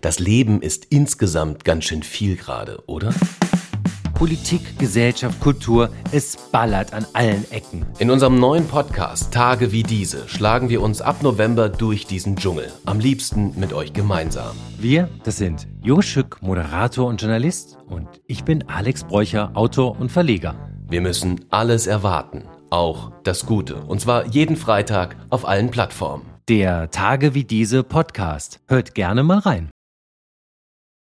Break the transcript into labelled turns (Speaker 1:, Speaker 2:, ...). Speaker 1: Das Leben ist insgesamt ganz schön viel gerade, oder?
Speaker 2: Politik, Gesellschaft, Kultur, es ballert an allen Ecken.
Speaker 1: In unserem neuen Podcast Tage wie diese schlagen wir uns ab November durch diesen Dschungel. Am liebsten mit euch gemeinsam.
Speaker 2: Wir, das sind Jo Schück, Moderator und Journalist und ich bin Alex Bräucher, Autor und Verleger.
Speaker 1: Wir müssen alles erwarten, auch das Gute. Und zwar jeden Freitag auf allen Plattformen.
Speaker 2: Der Tage wie diese Podcast. Hört gerne mal rein.